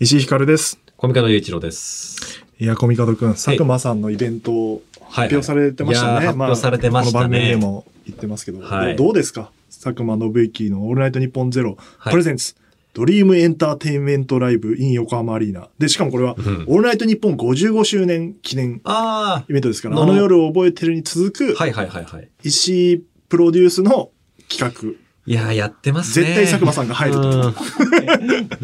石井ひかるです。コミカド雄一郎です。いや、コミカドくん、佐久間さんのイベントをはい発表されてましたね。いあやー発表されてましこたねの番組でも言ってますけど、はいどどうですか佐久間信之のオールナイトニッポンゼロ、はいプレゼンツ、ドリームエンターテインメントライブ in 横浜アリーナ。で、しかもこれは、オんールナイトニッポン55周年記念あイベントですから、のあの夜を覚えてるに続く、あ、はいはいはいはい。石井プロデュースの企いやー、やってますね。絶対佐久間さんが入るとうん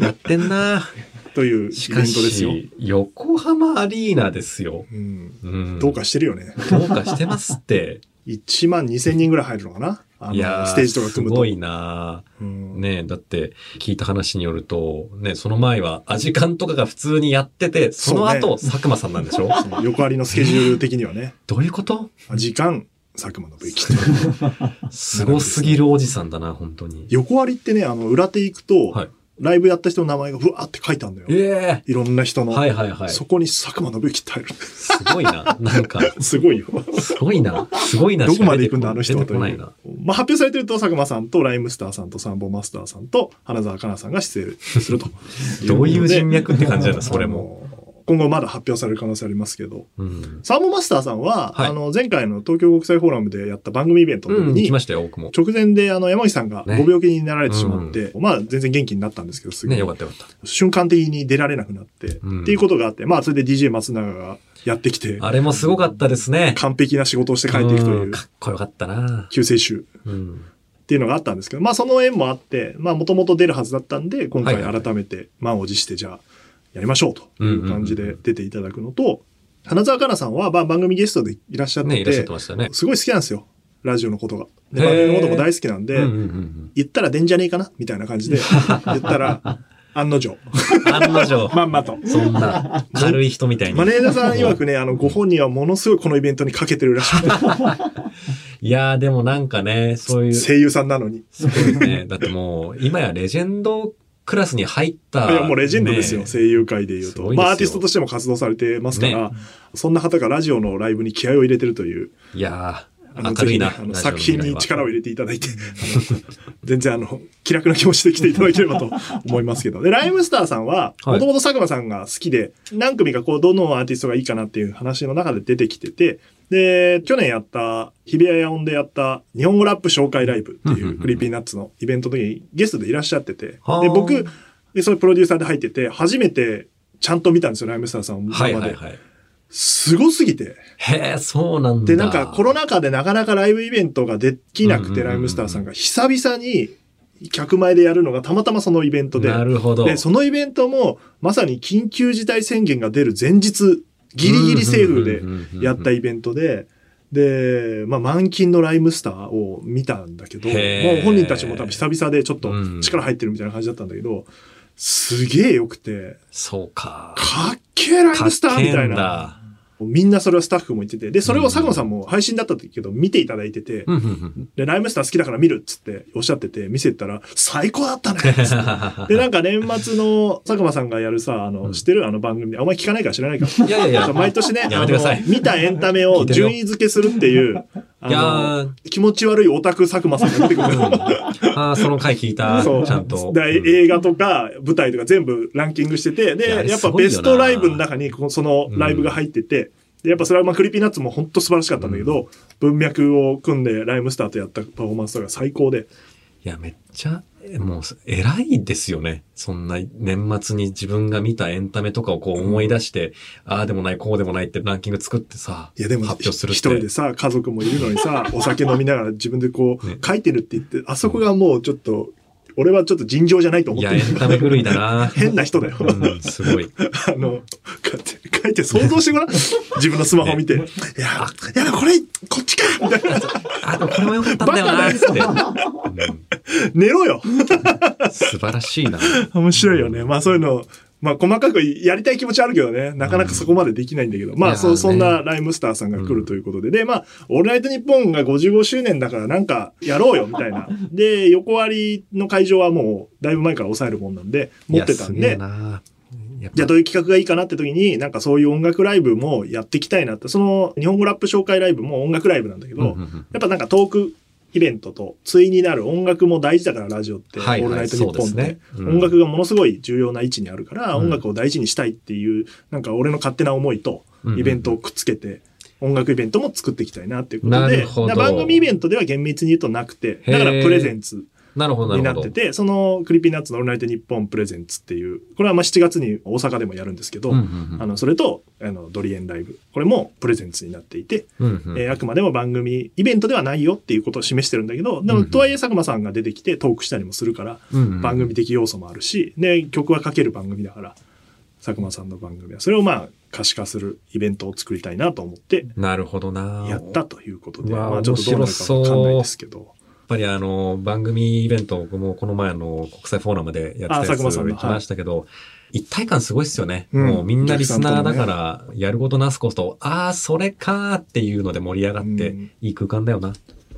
やってんな。画というイベンしかトですよ。し、横浜アリーナですよ。うん、うん、どうかしてるよね。どうかしてますって。 1万2000人ぐらい入るのかな あのいやステージとか組むと。すごいなうんねえだって聞いた話によると、ね、その前はアジカンとかが普通にやってて、そのそう後、佐久間さんなんでしょその横ありのスケジュール的には ね、どういうこと時間、佐久間信之と。すごすぎるおじさんだな、本当に。横割りってね、あの、裏手行くと、はいライブやった人の名前がふわって書いてあるんだよ。ええいろんな人の。はいはいはい。そこに佐久間信之って入る。 すごいな。なんか、すごい よ。すごいな。すごいな。どこまで行くんだ、あの人は出とていう。こまないな。。あ、発表されてると、佐久間さんと、ライムスターさんと、サンボマスターさんと、花澤香菜さんが出演すると どういう人脈脈って感じなんだ、それも。。あの今後まだ発表される可能性ありますけど、うん。サーモマスターさんは、はいあの、前回の東京国際フォーラムでやった番組イベントの時うん、に来、ましたよ、僕も。直前であの山口さんがごね病気になられてしまって、まあ全然元気になったんですけど、すぐね、に、よかったよかっ瞬間的に出られなくなって、うんっていうことがあって、まあそれで DJ 松永がやってきてた。、あれもすごかったですね。完璧な仕事をして帰っていくといんうかっこよかったな。救世主っうん。ていうのがあったんですけど、まあその縁もあって、まあもともと出るはずだったんで、今回はいはい改めて満を持してじゃあやりましょうとうんいうんううん感じで出ていただくのと、花澤香菜さんはまあ番組ゲストでいらっしゃって、ね、いらっしゃってましたね。すごい好きなんですよ。ラジオのことが。でへー番組のことも大好きなんで、うんうんうん言ったら出んじゃねえかなみたいな感 じで、言ったら、案の定、うん。案の定、まんまと。そんな軽い人みたいにマ。ネージャーさん曰くね、あの、ご本人はものすごいこのイベントにかけてるらしくいやー、でもなんかね、そういて、う、声優さんなのに。すごいね。だってもう、今やレジェンドクラスに入った。いや、もうレジェンドですよ、ね声優界で言うすと。ごいですよまあ、アーティストとしても活動されてますから、そんな方がラジオのライブに気合を入れてるという、いやあの、ー、明るいな。ぜひねあのラジオの作品未来には力を入れていただいて、 あの全然あの、気楽な気持ちで来ていただければと思いますけど。で、ライムスターさんは、はもいともと佐久間さんが好きで、何組かこう、どのアーティストがいいかなっていう話の中で出てきてて、で、去年やった、日比谷野音でやった、日本語ラップ紹介ライブってうんいうんうう、んクリーピーナッツのイベントの時にゲストでいらっしゃってて、では、ー僕、で、それプロデューサーで入ってて、初めて、ちゃんと見たんですよ、ライムスターさんを生はいで。はいはい。すごすぎて。へえ、そうなんだ。で、なんかコロナ禍でなかなかライブイベントができなくて、うんうんうんうんライムスターさんが久々に客前でやるのがたまたまそのイベントで、なるほど。で、そのイベントもまさに緊急事態宣言が出る前日、ギリギリセーフでやったりイベントで、で、まあ、満勤のライムスターを見たんだけど、へーもう本人たちも多分久々でちょっと力入ってるみたいな感じだったんだけど、すげえ良くて、そうか。かっけえライムスターみたいな。かみんなそれはスタッフも言ってて、で、それを佐久間さんも配信だったけど、見ていただいててっ、けえんだうんうんで、ライムスター好きだから見るっつっておっしゃってて、見せたら、最高だ ったねっつってうんで、なんか年末の佐久間さんがやるさ、あの、知ってるあの番組で、あんまり聞かないから知らないかいやいやいら。や。毎年ね、やめてくださいあの見たエンタメ聞をいてるよ順位付けするっていう、いやあーの、気持ち悪いオタク佐久間さんが出てくるの。あー、その回聞いた。ちそうゃんと。だ映画とか舞台とか全部ランキングしてて、いやあで、れやっぱすごいよベなストライブの中にこうそのライブが入ってて、でやっぱそれはまあクリピーナッツも本当素晴らしかったんだけど、文脈を組んでライムスターとやったパフォーマンスとか最高で、いや、めっちゃ、えもう、偉いですよね。そんな、年末に自分が見たエンタメとかをこう思い出して、ああでもない、こうでもないってランキング作ってさ、いやでも発表するって。一人でさ、家族もいるのにさ、お酒飲みながら自分でこねう書いてるって言って、あそこがもうちょっと、俺はちょっと尋常じゃないと思いってや、る。エ。ンタメ狂いだな変な人だよ。うん、すごい。 あの、書いて、書いて想像してごらん。自分のスマホ見て。いや、いや、これ、こっちかみたいな。あ、でもこれも良かったんだよな、つって。うん寝ろよ素晴らしいな。面白いよね。まあそういうの、まあ細かくやりたい気持ちはあるけどね、なかなかそこまでできないんだけど、まいあやーそねそんなライムスターさんが来るということで、で、まあ、オールナイトニッポンが55周年だからなんかやろうよみたい な。で、横割りの会場はもうだいぶ前から抑えるもんなんで、持ってたんいやすげえで、な。やっぱじゃあどういう企画がいいかなって時に、なんかそういう音楽ライブもやっていきたいなって、その日本語ラップ紹介ライブも音楽ライブなんだけど、うんうんうんやっぱなんかトークイベントと対になる音楽も大事だから、ラジオって、はいはいオールナイトニッそうポンでっすて、ねうん音楽がものすごい重要な位置にあるから、うん音楽を大事にしたいっていう、なんか俺の勝手な思いと、イベントをくっつけて、音楽イベントも作っていきたいなっていうことなで、るほどだから番組イベントでは厳密に言うとなくて、へーだからプレゼンツなるほど、にななっるほてど。て、そのクリーピーナッツのオールナイトニッポンプレゼンツっていう、これはまあ7月に大阪でもやるんですけど、うんうんあの、それと、あの、ドリエンライブ。これもプレゼンツになっていて、うんうんえーあくまでも番組、イベントではないよっていうことを示してるんだけど、でうんも、うんとはいえ佐久間さんが出てきてトークしたりもするから、うんうん番組的要素もあるし、で、曲はかける番組だから、佐久間さんの番組は。それをまあ、可視化するイベントを作りたいなと思って、なるほどなやったということで、うわまあ、ちょっとどうなるかわかんないですけど。やっぱりあの、番組イベント、僕もこの前あの国際フォーラムでやってたあや佐つ久間さんの行きましたけど、一体感すごいっすよね。うんもうみんなリスナーだお客さんとから、やることなすこと、ああ、それかーっていうので盛り上がっうてん、いい空間だよな。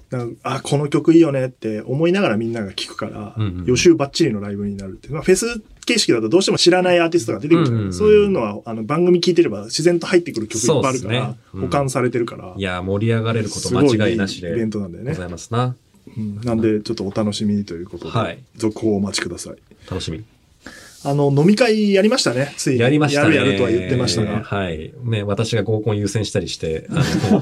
だからあ、この曲いいよねって思いながらみんなが聞くから、うんうん予習バッチリのライブになるっていう。まあ、フェス形式だとどうしても知らないアーティストが出てくるじゃない、うんうんそういうのは、あの、番組聞いてれば自然と入ってくる曲いっぱいあるから、そうですねうん保管されてるから。いやー、盛り上がれること間違いなしすごイベでントなんだよごねざ。いますな。うんなんで、ちょっとお楽しみにということで、はい続報をお待ちください。楽しみ。あの、飲み会やりましたね、ついに。やりましたやるね。やるとは言ってましたが。はい。ね、私が合コン優先したりして、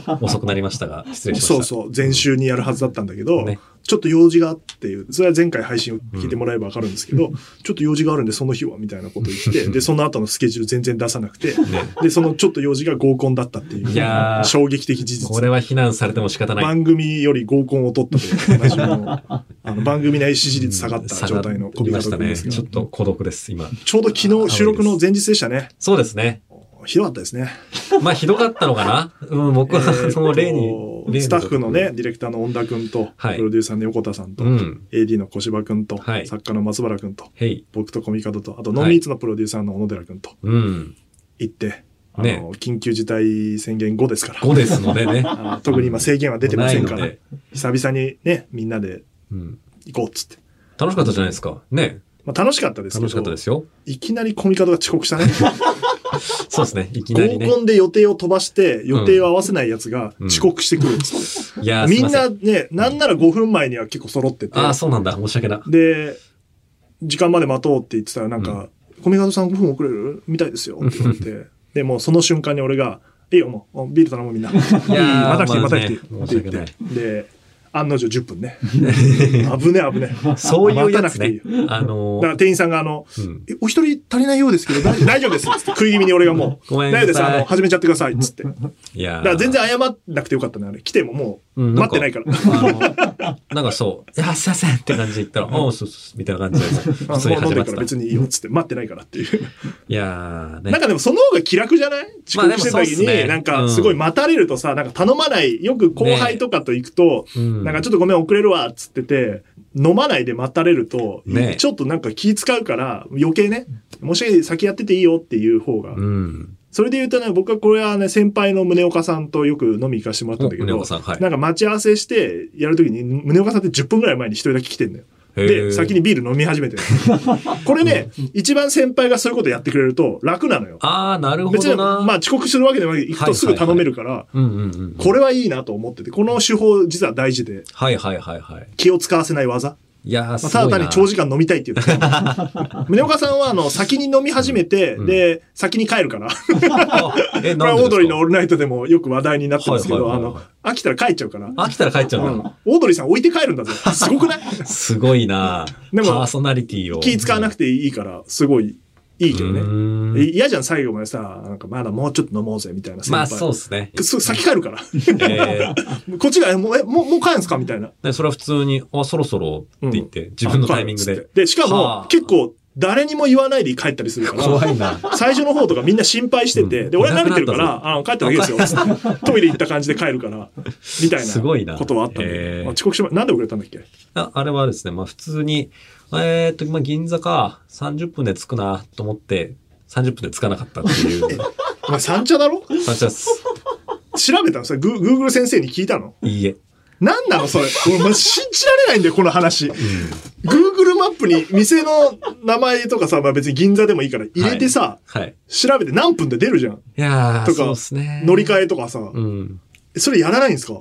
あの遅くなりましたが、失礼しました。そうそう、前週にやるはずだったんだけど、ねちょっと用事があっていう、それは前回配信を聞いてもらえばわかるんですけど、ちょっと用事があるんでその日はみたいなこと言 って、で、その後のスケジュール全然出さなくて、で、そのちょっと用事が合コンだったっていう、いやー衝撃的事実。これは非難されても仕方ない。番組より合コンを取ったという同じ の、あの番組内支持率下がった状態の小下がり宮ま田した君でね。すが、ちょっと孤独です、今。ちょうど昨日収録の前日でしたね。そうですね。ひどかったですね。まあ、ひどかったのかな。うん、僕は、えーその例にと。例スタッフのね、。ディレクターの恩田君と、はいプロデューサーの横田さんと、うん AD の小芝君と、はい作家の松原君と、へい。僕とコミカドと、あとはいノンミーツのプロデューサーの小野寺君とうん。行って、あねの、緊急事態宣言後ですから。 5ですのでね。あの特に今制限は出てませんかならいので、久々にね、みんなでうん。行こうっつって。楽しかったじゃないですか。ね。まあ楽しかったですけ楽しかったどで、すよ。いきなりコミカドが遅刻した ね。そうですね。いきなり合ね。コンで予定を飛ばして、予定を合わせないやつが遅刻してくるっつって。いやー、みんすいまなね、なんなら5分前には結構揃っててせ、ん。ああ、そうなんだ。申し訳ない。で、時間まで待とうって言ってたら、なんか、小見川さん5分遅れるみたいですよって言われて、で、もうその瞬間に俺が、いいよ、もう、ビール頼むみんな。いい ーまた来て、ままあたね来て、って言っ。申してで、案の定10分ね。危ね危ね。 そういう待たやなつくていいねよ。あのだーから店員さんが、あの、うんえお一人足りないようですけど、大大丈夫 です。つって食い気味に俺がもう、ごめ大ん丈夫なさです。いあの、始めちゃってください。つって。だかいやーら全然謝んなくてよかったね、あれ。来てももう、うんなん待っかてないから。あの、なんかそう、いや、すいませんって感じで言ったら、おう、そうそうそう、みたいな感じで、あ普通もうに飲んで始まるっかてらた。別にいいよ、つって。待ってないからっていう。いやーなんね。かでもその方が気楽じゃない遅まあで刻もしてる時に、そうっすねなんかすごい待たれるとさ、なんか頼まない、よく後輩とかと行くと、うんなんかちょっとごめん遅れるわ、っつってて、飲まないで待たれると、ねちょっとなんか気使うから、余計ね、もし先やってていいよっていう方が。うん。それで言うとね、僕はこれはね、先輩の宗岡さんとよく飲み行かしてもらったんだけお宗ど岡さんはい、なんか待ち合わせしてやるときに、宗岡さんって10分ぐらい前に一人だけ来てんだよ。へで、ー先にビール飲み始めてるこれね、一番先輩がそういうことやってくれると楽なのよ。ああ、なるほ別に、どな。まあ遅刻するわけでもない行くとすぐ頼めるから、うんうんうん。これはいいなと思ってて、この手法実は大事で、はいはいはいはい。気を使わせない技。いやー、まあ、すただごいな。単に長時間飲みたいっていう だけ。宗岡さんは、あの、先に飲み始めて、うんで、先に帰る から。こあ え、れなはんオでーですドリーのオかールナイトでもよく話題になってますけど、はあいはいはいはのい、飽きたら帰っちゃうから。飽きたら帰っちゃううんんだ。オードリーさん置いて帰るんだぜ。すごく ないすごいな。でもパーソナリティを。気使わなくていいから、すごいいいけどうね。ーん嫌じゃん、最後までさ、なんかまだもうちょっと飲もうぜ、みたいな先輩。まあそうですね。そう先帰るから。えーこっちが、えもう、え、もう、もう帰るんすかみたいな。でそれは普通に、あ、そろそろって言って、自分のタイミング帰るっつっ。でてで、しかはもあ、結構、誰にも言わないで帰ったりするから。怖いな。最初の方とかみんな心配してて、うんで、俺は慣れてるかいなくなら、あの、帰っただけですよ。つ ってトイレ行った感じで帰るから、みたすごいいななことはあったんへで、えまあ遅刻しま、なんで遅れたんだっけああれはですね、まあ普通に、えーっと、まあ銀座か、30分で着くなと思って、30分で着かなかったって いうお前三茶だろ感じです。調べたのそれ、グーグル先生に聞いたのいいえ。なんなのそれ。俺、ま信じられないんだよ、この話。Google マップに店の名前とかさ、まあ別に銀座でもいいから入れてさ、はい。調べて何分で出るじゃん。いやー、とかそうですね。乗り換えとかさ、うん。それやらないんですか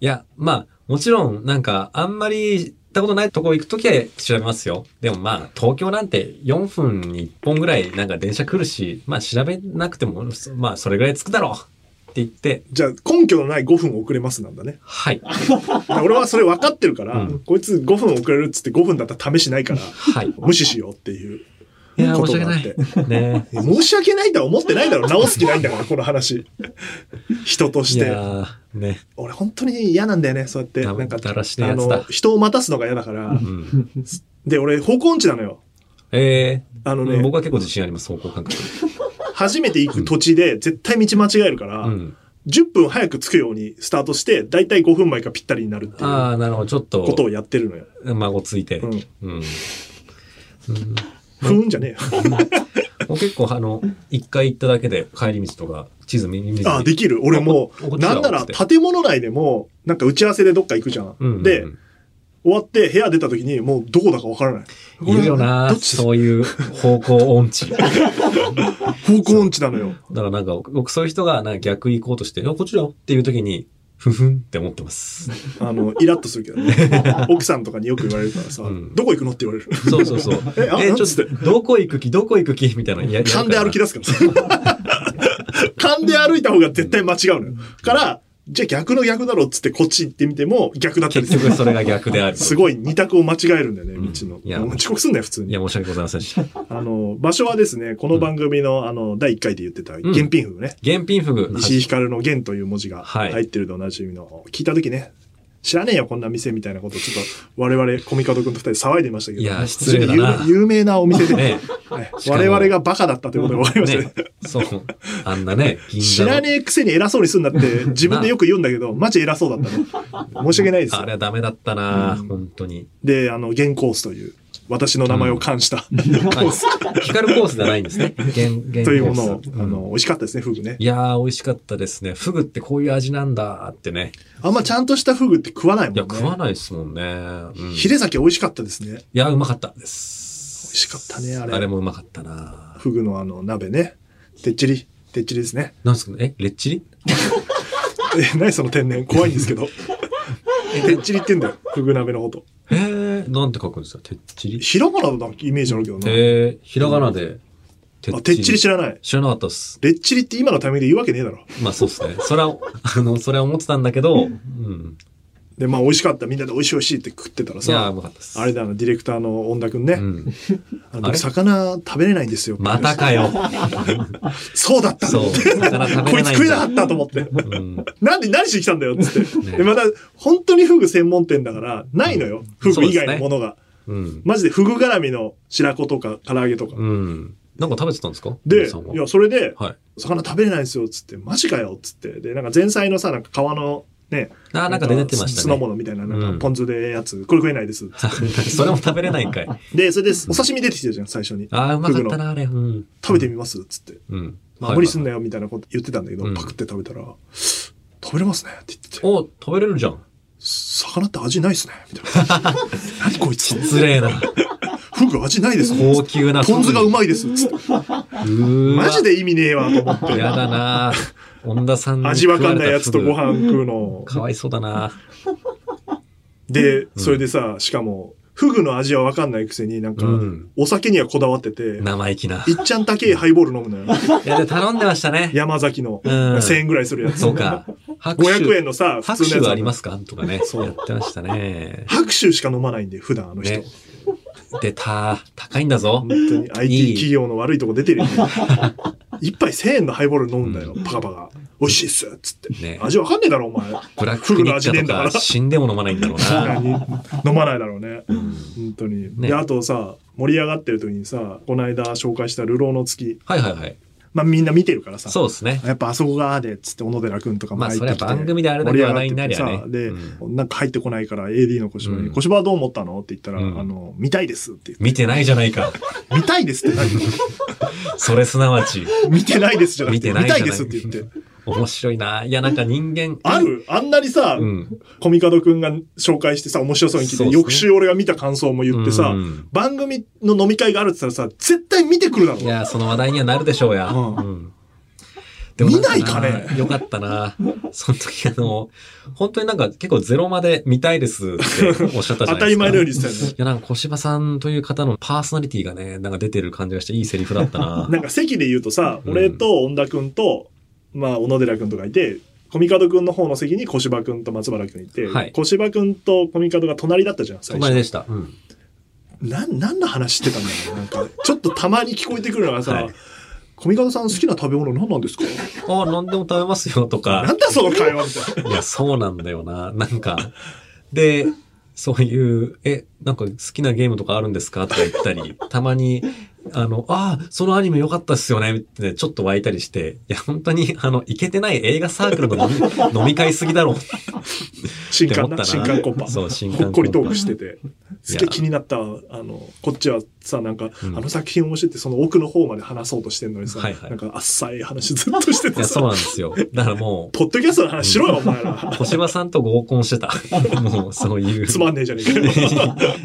いや、まあ、もちろん、なんか、あんまり行ったことないとこ行くときは調べますよ。でもまあ、東京なんて4分に1本ぐらいなんか電車来るし、まあ調べなくても、まあそれぐらい着くだろうって言って、じゃあ、根拠のない5分遅れますなんだね。はい、だから俺はそれ分かってるから、うんこいつ5分遅れるっつって5分だったら試しないから、はい。無視しようっていういや、こと申し訳があなっいて。。 ねいや申し訳ないとは思ってないだろ。直す気ないんだから、この話。人といして。やーね。俺本当に嫌なんだよね、そうやって。だなんか、だらしねえあやつだの、人を待たすのが嫌だから。うん。で、俺、方向音痴なのよ。えあのーね、僕は結構自信あります、方向感覚。初めて行く土地で絶対道間違えるから、うん。 10分早く着くようにスタートして、だいたい5分前かぴったりになるっていうああ、なるほど。ちょっことをと、やってるのよ。孫ついて。ううん。ん。うんふーんじゃねえよ。もう結構、あの、一回行っただけで帰り道とか、地図見見ずに。ああ、できる。俺もあこう、こっちなだんなつらって建物内でも、なんか打ち合わせでどっか行くじゃん。うんうんで、終わって部屋出た時にもうどこだかわからない。いるよこなれどっちそういう方向音痴。だか方向音痴なの よ。らなんか、僕そういう人がなんか逆行こうとして、あ、こっちだよっていう時に、ふふんって思ってます。あの、イラッとするけどね。 奥さんとかによく言われるからさ、うんどこ行くのって言われる。そうそう そう。えあえ、なんちょつっってと、どこ行く気、どこ行く気みたいなのややるから勘で歩き出すから さ。勘で歩いた方が絶対間違うのよ。から、じゃあ逆の逆だろうっつってこっち行ってみても逆だったり結する。局それが逆である。すごい二択を間違えるんだよね、うん道の。いやもう遅刻すんだよ、普通いに。や、申し訳ございませんでした。あの、場所はですね、この番組の、あの、第1回で言ってた、原品風ね。原品フグ。西井光の弦という文字がはい入ってるでおなじみの、聞いた時ね、知らねえよ、こんな店みたいなこと、ちょっと、我々、コミカド君と二人騒いでましたけど。いや失礼だな有有名なお店で、ね はいしかも我々がバカだったということが分かりましたね。ねそう。あんなね、銀知座のらねえくせに偉そうにすんなって、自分でよく言うんだけ ど、マジ偉そうだったの。申し訳ないですあれよ。はダメだったな、うん本当に。で、あの、弦コースという、私の名前を冠した、はい光るコースじゃないんです ね。原、原というものをコ、ースあの、、美味しかったですね、フグねうん。いやー、美味しかったですね。フグってこういう味なんだってね。あんまちゃんとしたフグって食わないもんいね。や、食わないですもんね。うん、ヒいレ酒美味しかったですね。や、うまかったです。美味しかったねあれあれもうまかったなフグのあの、鍋ね。てっちり、てっちりですね。なんすかねえ、レッチリえ、何その天然怖いんですけど。てっちりって言うんだよ。フグ鍋のこと。えー、なんて書くんですかてっちりひらがなのイメージあるけどね。えー、ひらがなで、てあ、てっちり知ららない。知らなかったっす。れっちりって今のタイミングで言うわけねえだろ。まあそうですね。それは、あの、それは思ってたんだけど、うん。で、まあ美味しかった。みんなで美味しい美味しいって食ってたらいや、うさ、まかったです。あれだな、ディレクターの恩田くんね。うん。あのあ僕れ魚食べれないんですよ。また かよ。そうだったの。そう。魚食べこれいつない食えんなかだ。ったと思って。うん。なんで、何しに来たんだよっつって。ねでまた、本当にフグ専門店だから、ないのよ。フグ以外のものが。うん。マジでフグ絡みの白子とか唐揚げとか。うん。なんか食べてたんですかで、皆さんはいや、それで、はい。魚食べれないんですよ、つって、マジかよ、つって。で、なんか前菜のさ、なんか皮のね、あー、なんか出てました酢のね。物みたいな、うなんんかポン酢でやつ、これ食えないです。 それも食べれないんかい。で、それでお刺身出てきてるじゃん、最初に。ああ、うまかったな、あれ。うん。食べてみます、つって。うん。まあ、無理すんななよ、みたいなこと言ってたんだけど、うんパクって食べたら、食べれますね、って言ってて、お、食べれるじゃん。魚って味ないっすね、みたいな。 何こいつ、失礼な。フグ味ないです、高級な。ポン酢がうままいです、つって。うマジで意味ねえわ、と思って。でやだな恩田さんに味わかんないやつと食ごわれた飯食うのフグ。かわいそうだなで、それでさ、しかも、フグの味はわかんないくせに、なんかうん、お酒にはこだわってて、生意気な。いっちゃん高いハイボール飲むのよ。いや、で、頼んでましたね。山崎の、うん1000円ぐらいするやつ。そうか。拍手500円のさ、普通拍手のやつ。はありますかとかね。やってまし たね。拍手しか飲まないんで、普段あの人。ね。出た。高いんだぞ本。当に IT 企業の悪いとこ出てるよ、ね。一杯1000円のハイボール飲むんだよ、パカパカ。美味しいっすっつって。ね。味わかんねえだろ、お前。ブラッククニッカとか死んでも飲まないんだろ うな。飲まないだろうね。本当に。ねで、あとさ、盛り上がってる時にさ、この間紹介した流浪の月。はいはいはい。まあみんな見てるからさ。そうですね。やっぱあそこがあーでっつって小野寺くんとかもまあ入ってきて、そりゃ番組であれだけ話題になりゃね盛り上がっててさで、うなんか入ってこないから AD の小芝に、うん小芝はどう思ったのって言ったら、うんあの、見たいですって言って見てないじゃないか。見たいです って何それすなわち。見てないですじゃなくて、見見てないじたゃないいですって言って。面白いな。いや、なんか人間。 あるあんなにさ、うん。コミカドくんが紹介してさ、面白そうに聞いて、そうっすね翌週俺が見た感想も言ってさ、うん番組の飲み会があるって言ったらさ、絶対見てくるだろいや、その話題にはなるでしょうや。うんうんでもん見ないかねよかったな。その時あの、本当になんか結構ゼロまで見たいですっておっしゃったじゃないです か。当たり前のようにしたよね い。や、なんか小芝さんという方のパーソナリティがね、なんか出てる感じがしていいセリフだったな。 なんか席で言うとさ、うん俺と恩田君と、まあ、小野寺君とかいて、コミカド君の方の席に小芝君と松原君いて、はい小芝君とコミカドが隣だったじゃん、お最前初。でした。うん。なん、何の話してたんだろうなんか、 ちょっとたまに聞こえてくるのがさ、はいコミカドさん好きな食べ物何なんですかあ、何でも食べますよとなか。んだその会話みたいな。いや、そうなんだよな。なんか、で、そういう、え、なんか好きなゲームとかあるんですかとか言ったり、たまに、あの、ああ、そのアニメ良かったっすよねってねちょっと湧いたりして、いや、本当に、あの、いけてない映画サークルの飲 み飲み会すぎだろうって新思刊ったな、な。新刊コンパ。そう、新ほっ刊こりコトンーパクしてて。すげえ気になったわあの、こっちはさ、なんか、うんあの作品面白いって、その奥の方まで話そうとしてんのにさ、はいはいなんか、あっさい話ずっとしていてや、さそう、なんですよ。だからもう、ポッドキャストの話しろよ、お前 ら。小芝さんと合コ ンしてた。もう、そういう。つまんねえじゃねえかよ。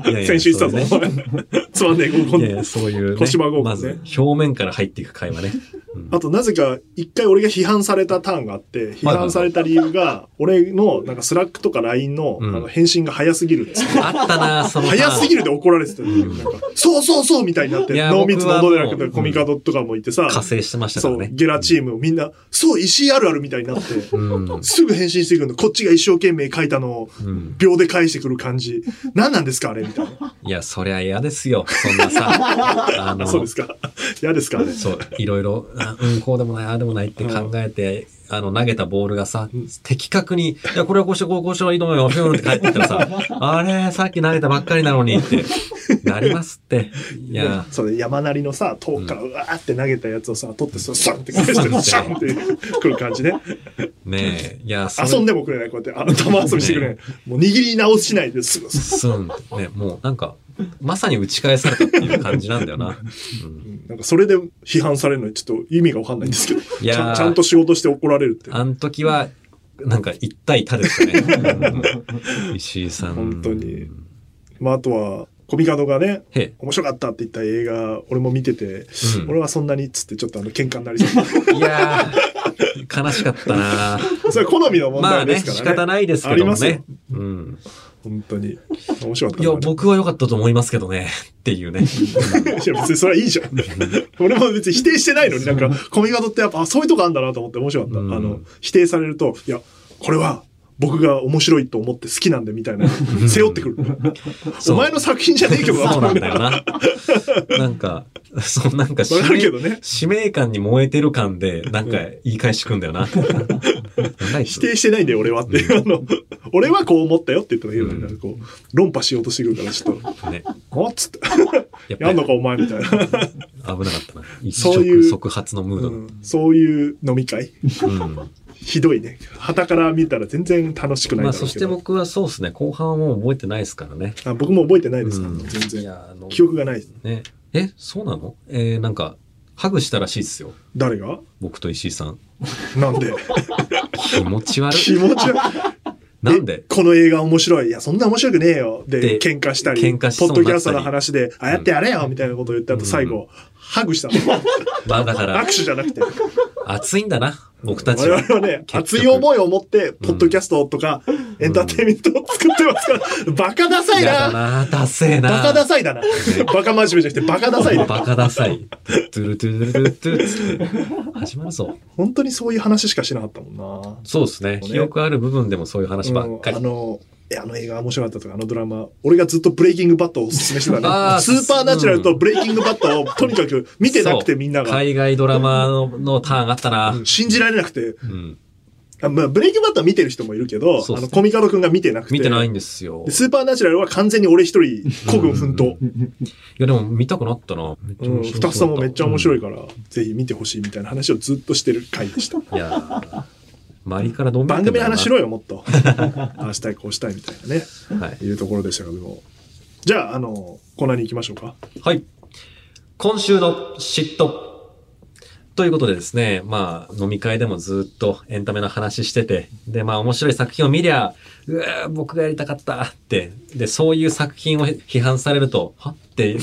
いやいや先週言ってたそぞ、おうね前つまんねえ合コいやいン。やそういう、ね。小芝合コンねまず、表面から入っていく会話ね。 うんあと、なぜか、一回俺が批判されたターンがあって、批判された理由が、俺の、なんか、スラックとか LINE の、あうんの、返信が早すぎるっつってあったな、その。早すぎるで怒られてたよねうんなんかそうそうそうみたいになって、いやノーミーツの小野寺君僕はともかうコミカドとかもいてさ、加勢してましたかそらう、ね。ゲラチームみんな、そう、石井あるあるみたいになって、うん。うん。すぐ返信してくるの。こっちが一生懸命書いたのを、うん秒で返してくる感じ。何なんですかあれみ たいな。いや、そりゃ嫌ですよ。そんな さ、ああの、そうですか。嫌ですかあれ。そう、いろいろ、あうん、こうでもない、ああでもないって考えて、あの、投げたボールがさうん、的確に、いや、これはこうして、こうこうしたらいいと思うよ、フィューンって帰ってきた らさ、あれ、さっき投げたばっかりなのにって、なりますって。いや、そうね山なりのさ、遠くからうわーって投げたやつをさ、取ってさ、サンって返して、シャンってくる感じね。ねえ、い や、それ遊んでもくれない、こうやって、あの、玉遊びしてくれない。もう握り直しないですぐ。すんってね、もうなんか、まさに打ち返されたっていう感じなんだ よな。うん、なんかそれで批判されるのにちょっと意味がわかんないんですけど、いちゃやんーちゃんと仕事して怒られるって。あの時は、なんか一対他でし たね。うん石井さん。本当にまあ、あとは、コミカドがね、へえ、面白かったって言った映画、俺も見てて、うん俺はそんなにっつってちょっとあの喧嘩にな りそう。いやー、悲しかったなそれは好みの問まあ題でね、すからね。仕方ないですけありどまもすよね。。うん。本当に。面白かったいな。や、僕は良かったと思いますけどね。っていうね。いや別にそれはいいじゃん。 俺も別に否定してないのに、なんか、コミカドってやっぱ、あそういうとこあんだなと思って面白かった。うんあの、否定されると、いや、これは、僕が面白いと思って好きなんでみたいな、背負ってくる。そおう前の作品じゃねえけどそうなんだわよな。なんか、そう、なんかかるけどね。使命感に燃えてる感で、なんか言い返してくんだ よな。なん否否定してないんだよ、俺はって。あの、俺はこう思ったよって言っただけなのに、うんなんかこう、論破しようとしてくるから、ちょっと、ね。あっつって、 やっぱやんりのかお前みたいな。危なかったな。一そういう触即発のムーうドだ。んそういう飲み会。 うん。ひどいね。旗から見たら全然楽しくないまだろあ、そうしけてど。僕はそうですね、後半はもう覚えてないですからね。あ僕も覚えてないです、うん全い然。や、あの、記憶がない。ね。え、そうなのえーなんか、ハグしたらしいですよ。誰が僕と石井さん。なん で気持ち 悪気い。持ち 悪い。なんでえこの映画面白い。いや、そんな面白くねえよ。で、で喧嘩したり、喧嘩しポそうッドになったりキャストの話で、ああやってやれよみたいなことを言った後、うん最後、ハグしたの。まあ、 だか握ら手、じゃな くて。熱いんだな、僕た我ちは。々はね、局熱い思いを持って、ポッドキャストとか、エンターテインメントを作ってますから、バカダサいやだな。な、ダセえな。バカダサいだな。バカ真面目じゃなくて、バカダサいだバカダサい。ドゥルドゥルドゥルドゥルつって始まるぞ。本当にそういう話しかしなかったもんな。そうですね。記憶ある部分でもそういう話ばっかうんあり。の、いやあの映画面白かったとか、あのドラマ、俺がずっとブレイキングバットをおすすめしてたね。あースーパーナチュラルとブレイキングバットをとにかく見てなくてみんなそうが、海外ドラマののターンあったな。信じられなくて、うん。あまあ、ブレイキングバットは見てる人もいるけど、そうあそのうコミカド君が見てなくて。見てないんですよ。でスーパーナチュラルは完全に俺一人、孤軍奮闘。いや、でも見たくなったな。めっちゃうん、面ス白タッフさんもめっちゃ面白いかから、ぜひ見てほしいみたいな話をずっとしてる回でした。ら。いやー周りからどう見て番んだろ組うのな話しろよ、もっと。 ああしたい、こうしたいみたいなね、はい。いうところでしたけども。じゃあ、あの、コーナーに行きましょうか。はい。今週の嫉妬。ということでですね、まあ、飲み会でもずっとエンタメの話してて、で、まあ、面白い作品を見りゃ、うわー僕がやりたかったって、で、そういう作品を批判されると、はっていう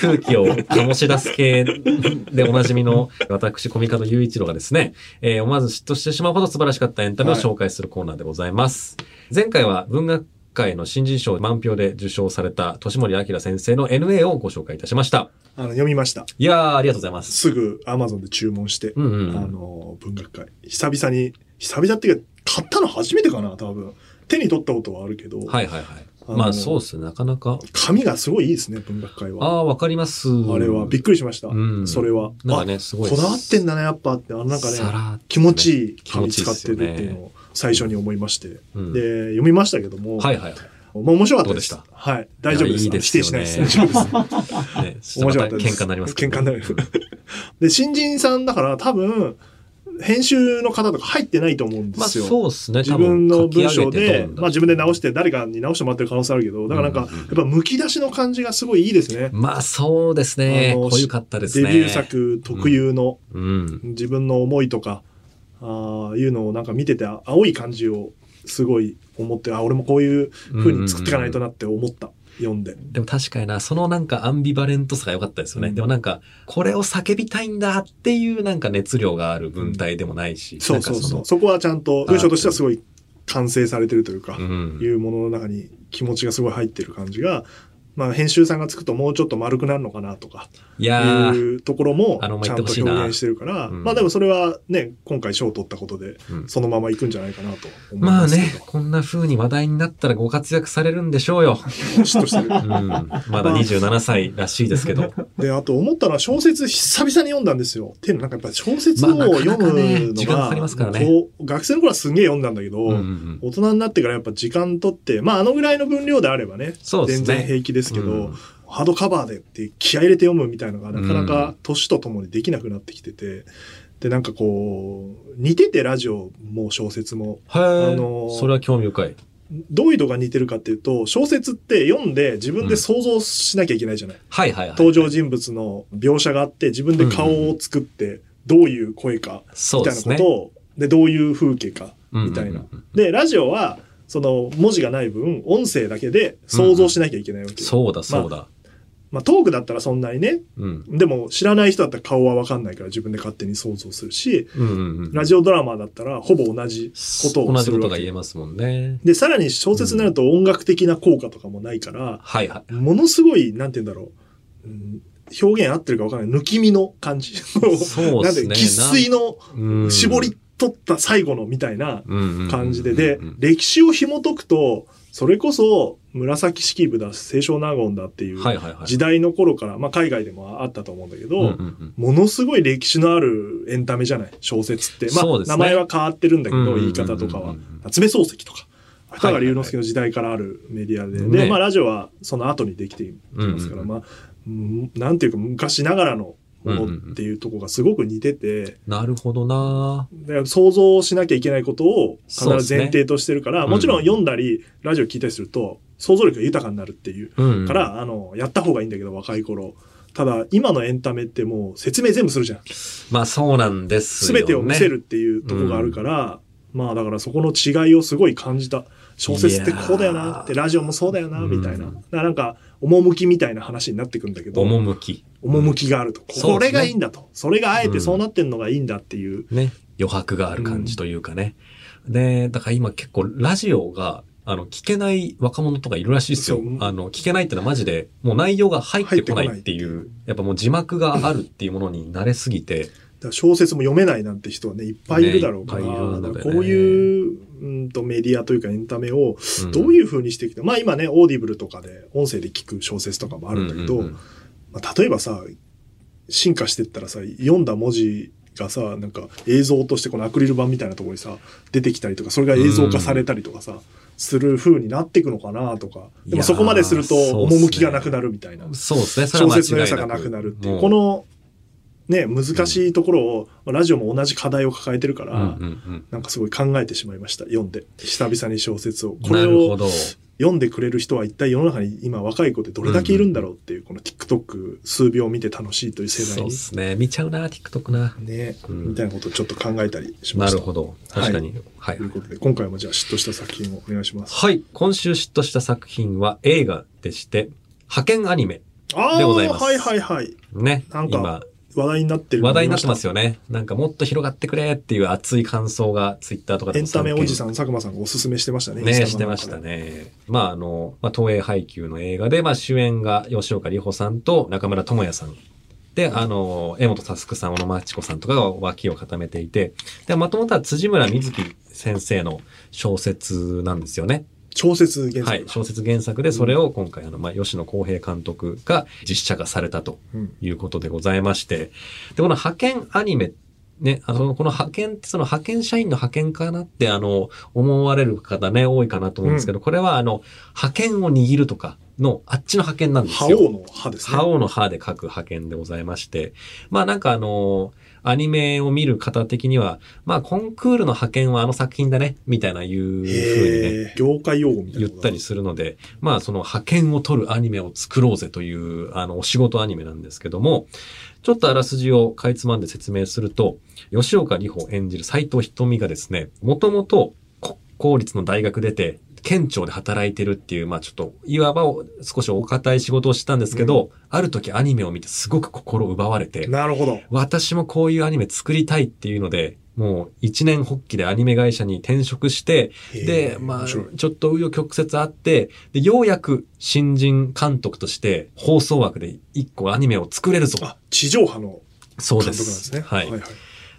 空気を醸し出す系でおなじみの私、コミカド雄一郎がですね、えー思わず嫉妬してしまうほど素晴らしかったエンタメを紹介するコーナーでございます。前回は文学界の新人賞満票で受賞された、年森明先生の NA をご紹介いたしました。あの、読みました。いやー、ありがとうございます。すぐ Amazon で注文して、うんうあんうん。の、文学会。久々に、久々っていうか、買ったの初めてかな、多分。手に取ったことはあるけど、はいはいはい。あのまあそうっすね、なかなか。紙がすごいいいですね、文学会あは。あ、わかります。あれは、びっくりしました。うんそれは。なんかね、すあごい。こだわってんだね、やっぱって。あのなんかさね、らっとね気持ちいい紙気使持ちいいっってるすよっねていうのを最初に思いまして。うんで、読みましたけども、はいはいはまあ面白かったです。どうではい。大丈夫ですいやいいですよ否定しないねです。 大丈夫です。い。ね、ちょ面っと白かまったた喧です嘩になりますけど喧嘩になる で、新人さんだから多分、編集の方とか入ってないと思うんでまあすよ。そうですね、。自分の文章で、まあ自分で直してて誰かに直してもらってる可能性あるけど、だからなんか、うんうんうんやっぱむき出しの感じがすごいいいですね。まあそうですね、あの濃ゆかったですデね。ビュー。作特有のうん。自分の思いとか、ああいうのをなんか見てて、あ青い感じをすごい思って、あ、俺もこういう風に作っていかないとなって思った。読んで。でも確かにな、そのなんかアンビバレントさが良かったですよね。うんでもなんか、これを叫びたいんだっていうなんか熱量がある文体でもないし。そうそうなんかそのう。そこはちゃんと、文章としてはすごい完成されてるというか。うん。いうものの中に気持ちがすごい入ってる感じが、まあ、編集さんがつくともうちょっと丸くなるのかなとかいやー、いうところもあのまあちゃんと表言ってほしいな現してるから、うんまあでもそれはね今回賞を取ったことでうんそのままいくんじゃないかなと思いまあますけど、ね、こんな風に話題になったらご活躍されるんでしょうよ。嫉妬してうる ん。まだ27歳らしいです けど。であと思ったのは小説久々に読んだんですよっていうのはなんかやっぱ小説をまあなか読なむかねの時間かが、かりますからねこう学生の頃はすんげえ読んだんだけど、うんうんうん大人になってからやっぱ時間取ってまああのぐらいの分量であればねそうです全ね。然平気ですけど、うんハードカバーでって気合い入れて読むみたいのがなかなか年とともにできなくなってきてて、でなんかこう似ててラジオも小説もへーあのーそれは興味深い。どういうのが似てるかっていうと小説って読んで自分で想像しなきゃいけないじゃない、はいはいはい。登場人物の描写があって自分で顔を作ってどういう声かそみうでたいなすこねと。をでどういう風景かみたいなうんうんうんでラジオはその文字がない分音声だけで想像しなきゃいけないわけ、そうだそうだ。まあ、トークだったらそんなにねうんでも知らない人だったら顔は分かんないから自分で勝手に想像するし、うんうんうん。ラジオドラマだったらほぼ同じことを同すじるこわとけが言えますもんね。で、さらに小説になると音楽的な効果とかもないから、はいはい。ものすごい、なんて言うんだろう、うん表現合ってるか分かんない、抜き身の感じ。そうなでんすで、ね。生粋のの絞り取った最後のみたいな感感じで、で、歴史を紐解くと、それこそ紫式部だ、清少納言だっていうはいはいはい。時代の頃から、まあ海外でもあったと思うんだけど、うんうんうんものすごい歴史のあるエンタメじゃない小説って。まあ、そうですね名前は変わってるんだけうんうんど、うんうんう言んい方とかは。夏目漱石とか。芥川龍之介の時代からあるメディアで。で、ねまあ、ラジオはその後にできていますから、うんまあ、うんなんていうか、昔ながらのものっていうところがすごく似てて、なるほどなで想像しなきゃいけないことを必そうですずね前提としてるから、もちろん読んだり、ラジオ聞いたりすると、想像力が豊かになるっていううんか。ら、あの、やった方がいいんだけど、若い頃。ただ、今のエンタメってもう説明全部するじゃん。まあそうなんですよね。全てを見せるっていうところがあるから、まあだからそこの違いをすごい感じた。小説ってこうだよなって、いラジオもそうだよな、うんみたいな。だからなんか、趣みたいな話になってくんだけど、趣。趣があると。そこうでれすねがいいんだと。それがあえてそうなってんのがいいんだっていう。ね、余白がある感じというかね。で、だから今結構ラジオが、あの、聞けない若者とかいるらしいですよそう。あの、聞けないってのはマジで、もう内容が入ってこないって入いってう、やっぱもう字幕があるっていうものに慣れすぎて、だから小説も読めないなんて人はね、いっぱいいるだろうから、ねいっぱいいるのでねだからこういう、うんとメディアというかエンタメを どういいう風にしていくと、まあ今ね、オーディブルとかで音声で聞く小説とかもあるんだけど、まあ、例えばさ進化してったらさ読んだ文字がさなんか映像としてこのアクリル板みたいなところにさ出てきたりとかそれが映像化されたりとかさ、する風になっていくのかなとかでいやもーそこまでするとそうっすね趣がなくなるみたいな、そうですね、それ小は間違い説の良さがなくなるっていうもこのね難しいところを、まあラジオも同じ課題を抱えてるから、うんうんうんなんかすごい考えてしまいました読んで久々に小説をこなれるをほど。読んでくれる人は一体世の中に今若い子ってどれだけいるんだろうっていう、この TikTok 数秒見て楽しいという世代そうでにすね。見ちゃうな、TikTok な。ね、うんみたいなことをちょっと考えたりしまなした。るほど。確かに。はいとい。うことで今回もじゃあ嫉妬した作品をお願いします。はい。今週嫉妬した作品は映画でして、派遣アニメ、あであ、ございますはいはいはい。ね。なんか今、話題になってる。話題になってますよ。よね。なんかもっと広がってくれっていう熱い感想がツイッターとかエでもンタメおじさん。ん、佐久間さんがおすすめしてましたね。ね、インスしタてのま中しでた。ね。まああの、まあ東映配給の映画で、まあ主演が吉岡里帆さんと中村智也さん。で、あの、江本佑さん、小野真知子さんとかが脇を固めていて、で、もともとは辻村瑞希先生の小説なんですよね。小説原作。はい、小説原作で、それを今回、あの、まあ、吉野公平監督が実写化されたとうんいうことでございまして、で、この派遣アニメ、ね、あの、この派遣って、その派遣社員の派遣かなって、あの、思われる方ね、多いかなと思うんですけど、これは、あの、派遣を握るとかの、あっちの派遣なんですよ。覇王の歯ですね。覇王の覇で書く派遣でございまして、まあなんかあのアニメを見る方的には、まあコンクールの派遣はあの作品だね、みたいないう風にね、へえ、業界用語みたい言なっことだ。たりするので、まあその派遣を取るアニメを作ろうぜという、あの、お仕事アニメなんですけども、ちょっとあらすじをかいつまんで説明すると、吉岡里帆演じる斎藤瞳がですね、もともと国公立の大学出て、県庁で働いてるっていう、まあちょっと、いわばお少しお堅い仕事をしてたんですけど、ある時アニメを見てすごく心を奪われて、なるほど。私もこういうアニメ作りたいっていうので、もう一年発起でアニメ会社に転職して、へえで、まあ、面ち白いょっと紆余曲折あって、で、ようやく新人監督として放送枠で一個アニメを作れるぞ。あ、地上波のそう監督なでんす。ですね。はい。はい。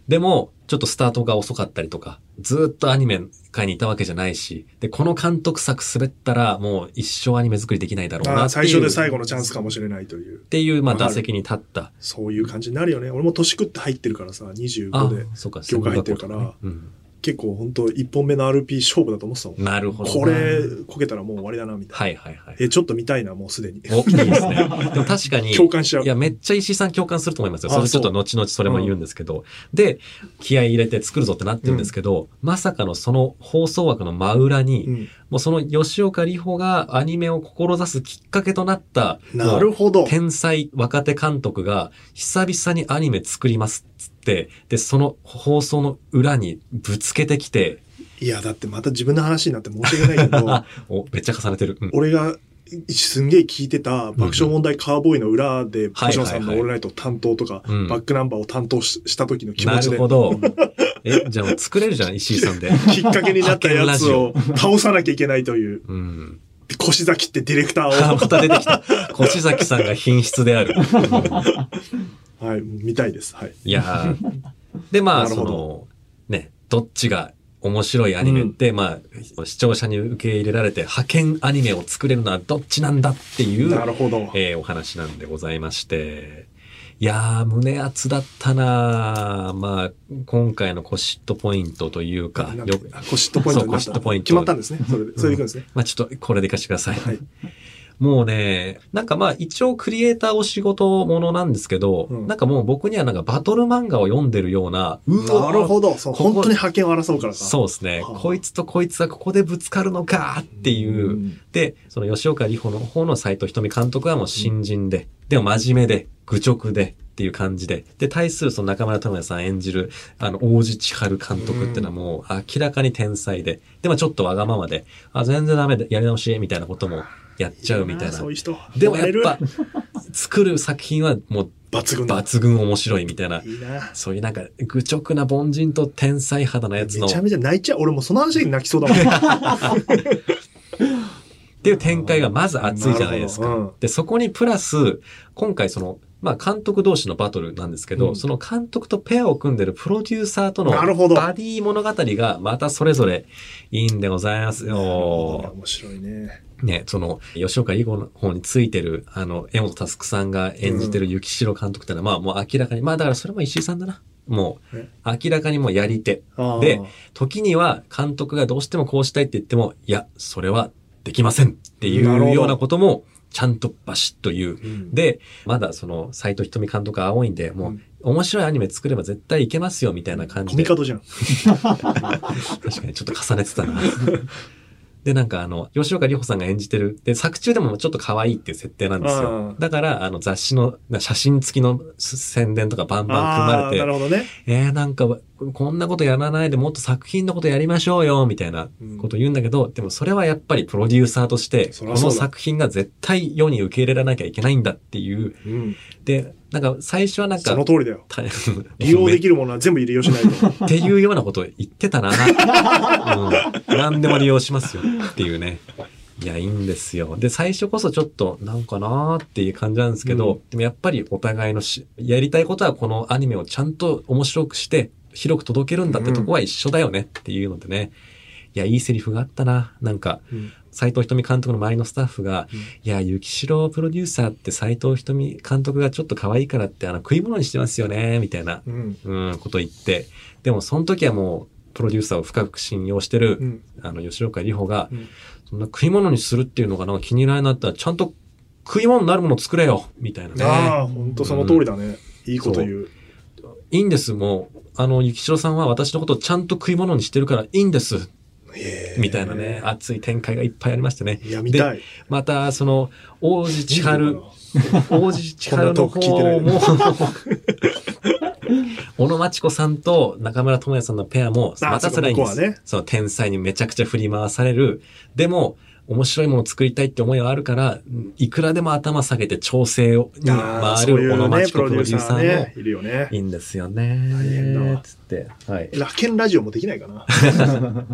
でも、ちょっとスタートが遅かったりとか、ずーっとアニメ界にいたわけじゃないし、で、この監督作滑ったらもう一生アニメ作りできないだろうあなーっていう。最初で最後のチャンスかもしれないというっ。ていう、まあ、わか打る席に立った。そういう感じになるよね。俺も年食って入ってるからさ、あ25で。、そうか、業界入ってるから専門学校とね結構本当一本目の RP 勝負だと思ってたもんう。ん。なるほどな。これ、こけたらもう終わりだな、みたいな。はいはいはい。え、ちょっと見たいな、もうすでに。お、いいですね。でも確か に、共感しちゃうい。や、めっちゃ石井さん共感すると思いますよ。そあれちょっと後々それも言うんですけど。で、気合い入れて作るぞってなってるんですけど、まさかのその放送枠の真裏に、うんもうその吉岡里帆がアニメを志すきっかけとなった、なもうるほど。天才若手監督が久々にアニメ作りますっつって、で、その放送の裏にぶつけてきて、いや、だってまた自分の話になって申し訳ないけど、 お、めっちゃ重ねてる。うん俺がすんげえ聞いてた爆笑問題カーボーイの裏で、星野さんのオールナイト担当とか、うんバックナンバーを担当しした時の気持なちるで、ほど。え、じゃあもう作れるじゃん、石井さんで。きっかけになったやつ を倒さなきゃいけないという、うん。で腰崎ってディレクターあ、 を、また出てきた。越崎さんが品質で ある。はい、見たいです。はい。いやーで、まあ、なるそほどの、ね、どっちが面白いアニメって、まあ、視聴者に受け入れられて、派遣アニメを作れるのはどっちなんだっていうな、るほど。えーお話なんでございまして。いやー、胸熱だったなあまあ、今回のコシットポイントというか、なんよかあコシットポイントになっそうコシッた。トポイント決まったんですね。それで、それでいくんですね。まあ、ちょっとこれでいかしてください。はい。もうね、なんかまあ一応クリエイターお仕事ものなんですけど、うんなんかもう僕にはなんかバトル漫画を読んでるような、うわなるほど。そう、ここ本当に派遣を争うからさ。そうですね。はあこいつとこいつはここでぶつかるのかっていう。んで、その吉岡里帆の方の斎藤瞳監督はもう新人で、でも真面目で、愚直でっていう感じで、で、対するその中村智也さん演じる、あの、王子千春監督っていうのはもう明らかに天才で、でもちょっとわがままで、あ、全然ダメで、やり直し、みたいなこともやっちゃうみたいあーなそういう人。でもやっぱ、作る作品はもう抜群だ。抜群面白いみたいな、いいな。そういうなんか愚直な凡人と天才肌のやめつの、っちゃめちゃ泣いちゃう。俺もうその話で泣きそうだもん。ていう展開がまず熱いじゃないですなるほかど。で、そこにプラス、今回その、まあ監督同士のバトルなんですけど、うんその監督とペアを組んでるプロデューサーとのなるほどバディ物語がまたそれぞれいいんでございますなるほどねよ。面白いね。ね、その、吉岡里帆の方についてる、あの、江本佑さんが演じてる雪代監督ってのは、まあもう明らかに、まあだからそれも石井さんだな。もうえ、明らかにもうやり手。あーで、時には監督がどうしてもこうしたいって言っても、いや、それはできませんっていなるほうどようなことも、ちゃんとバシッと言う。うん、で、まだその、斎藤瞳監督が青いんで、う、もうん面白いアニメ作れば絶対いけますよ、みたいな感コじミで。カドじゃん。確かにちょっと重ねてたな。 で、なんかあの、吉岡里帆さんが演じてる、で、作中でもちょっと可愛いっていう設定なんでうすんうよん。だから、あの、雑誌のな写真付きの宣伝とかバンバン組まあれあー、て、なるほどね。えー、なんか、こんなことやらないでもっと作品のことやりましょうよ、みたいなうんこと言うんだけど、でもそれはやっぱりプロデューサーとして、そこりゃそうだの作品が絶対世に受け入れらなきゃいけないんだっていう。うん。で、なんか最初はなんそかの、 通りだよ。た利用できるものは全部利用しないと。っていうようなこと言ってたな。うん。何でも利用しますよっていうね。いや、いいんですよ。で、最初こそちょっと、なんかなーっていう感じなんですけど、うでもやっぱりお互いのし、やりたいことはこのアニメをちゃんと面白くして、広く届けるんだってとこは一緒だよねっていうのでね。いや、いいセリフがあったな。なんか、うん斎藤瞳監督の周りのスタッフが、うんいや、雪城プロデューサーって斎藤瞳監督がちょっと可愛いからって、あの、食い物にしてますよね、みたいな。うん。うん、こと言って、でもその時はもう、プロデューサーを深く信用してる、うん。あの、吉岡里帆が、うんそんな食い物にするっていうのがなんか気に入らないなったら、ちゃんと食い物になるものを作れよみたいなあね。あ、ほんとその通りだね。いいこと言う。いいんです、もう。あの、ゆきしろさんは私のことをちゃんと食い物にしてるからいいんです、へーみたいなね、。熱い展開がいっぱいありましてね。いや、見たい。また、その、王子千見春るの、か王子千春の方こんなも、 小野真知子さんと中村智也さんのペアも、あまたそれはいいんでそす。そ,、こはねの天才にめちゃくちゃ振り回される。でも、面白いものを作りたいって思いはあるから、いくらでも頭下げて調整をになあー回そういる小う野ね真、プ知子ロプデュロデーューササーーもね、いるよねい。いんですよね。大変だわつって。はい。楽天ラジオもできないかな。は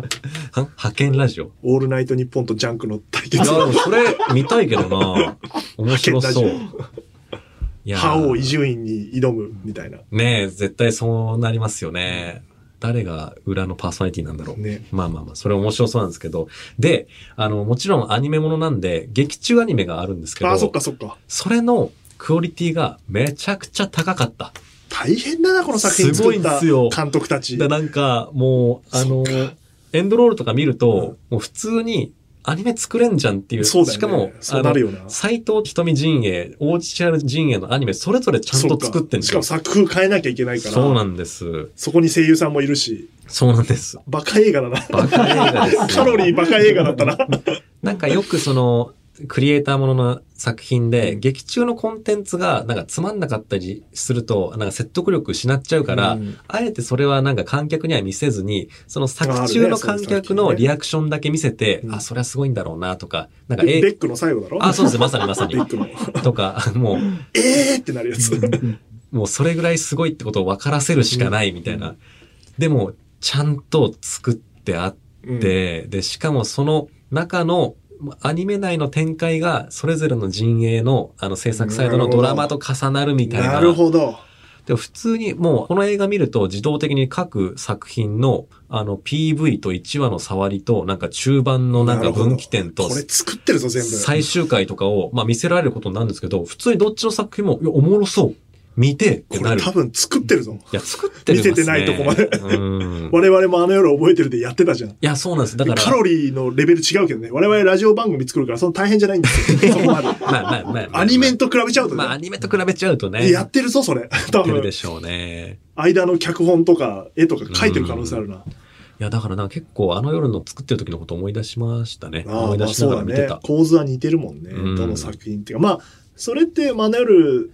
派遣ラジオ。オールナイトニッポンとジャンクの対いや、決で。もそれ見たいけどな面白そう。いやー覇王伊集院に挑むみたいな。ねえ、絶対そうなりますよね。誰が裏のパーソナリティなんだろう。ね。まあまあまあ、それ面白そうなんですけど。で、あの、もちろんアニメものなんで、劇中アニメがあるんですけあど、あ、そっかそっか。それのクオリティがめちゃくちゃ高かった。大変だな、この作品すご作いっんでたすよ監督たち。で、なんか、もう、あの、エンドロールとか見ると、もう普通にアニメ作れんじゃんっていう。そうだよね。しかも、そうなるよな。斎藤瞳陣営、大地千春陣営のアニメ、それぞれちゃんと作ってんそっでかしすかよも。作風変えなきゃいけないから。そうなんです。そこに声優さんもいるし、そうなんです。バカ映画だな。バカ映画ですよカ ロリーバカ映画だったな。なんかよくその、クリエイターものの作品で、劇中のコンテンツがなんかつまんなかったりすると、なんか説得力失っちゃうから、うんあえてそれはなんか観客には見せずに、そのああ作るね中の観客のリアクションだけ見せて、うんあ、それはすごいんだろうなとか、なんか、ベ えベックの最後だろあ、そうです、まさにまさベにッ。クの。とか、もう、えーってなるやつ。もうそれぐらいすごいってことを分からせるしかないみたいな。でも、ちゃんと作ってあっうんで、で、しかもその中の、アニメ内の展開が、それぞれの陣営の、あの、制作サイドのドラマと重なるみたいな。なるほど。で、普通に、もう、この映画見ると、自動的に各作品の、あの、PV と1話の触りと、なんか中盤のなんなかるほど分岐点とこ、れ作ってるぞ、全部。最終回とかを、まあ、見せられることになるんですけど、普通にどっちの作品も、いや、おもろそう。見て、ってこれなる。多い分作ってるぞ。や、作ってるんですね。見ててないとこまでうん。我々もあの夜覚えてるでやってたじゃん。いや、そうなんです。だから。カロリーのレベル違うけどね。我々ラジオ番組作るからその大変じゃないんです よ。そこまで。まあまあまあまあまあアニメと比べちゃうとね。まあ、アニメと比べちゃうとね。やってるぞ、そ れ。多やってる分で。しょうね。間の脚本とか、絵とか書いてる可能性あるな。いや、だからなんか結構あの夜の作ってる時のこと思い出しましたね。ああ思い出しながら見てまた。あそうだね、構図は似てるもんね、うんどの作品っていうかまあそれってマネル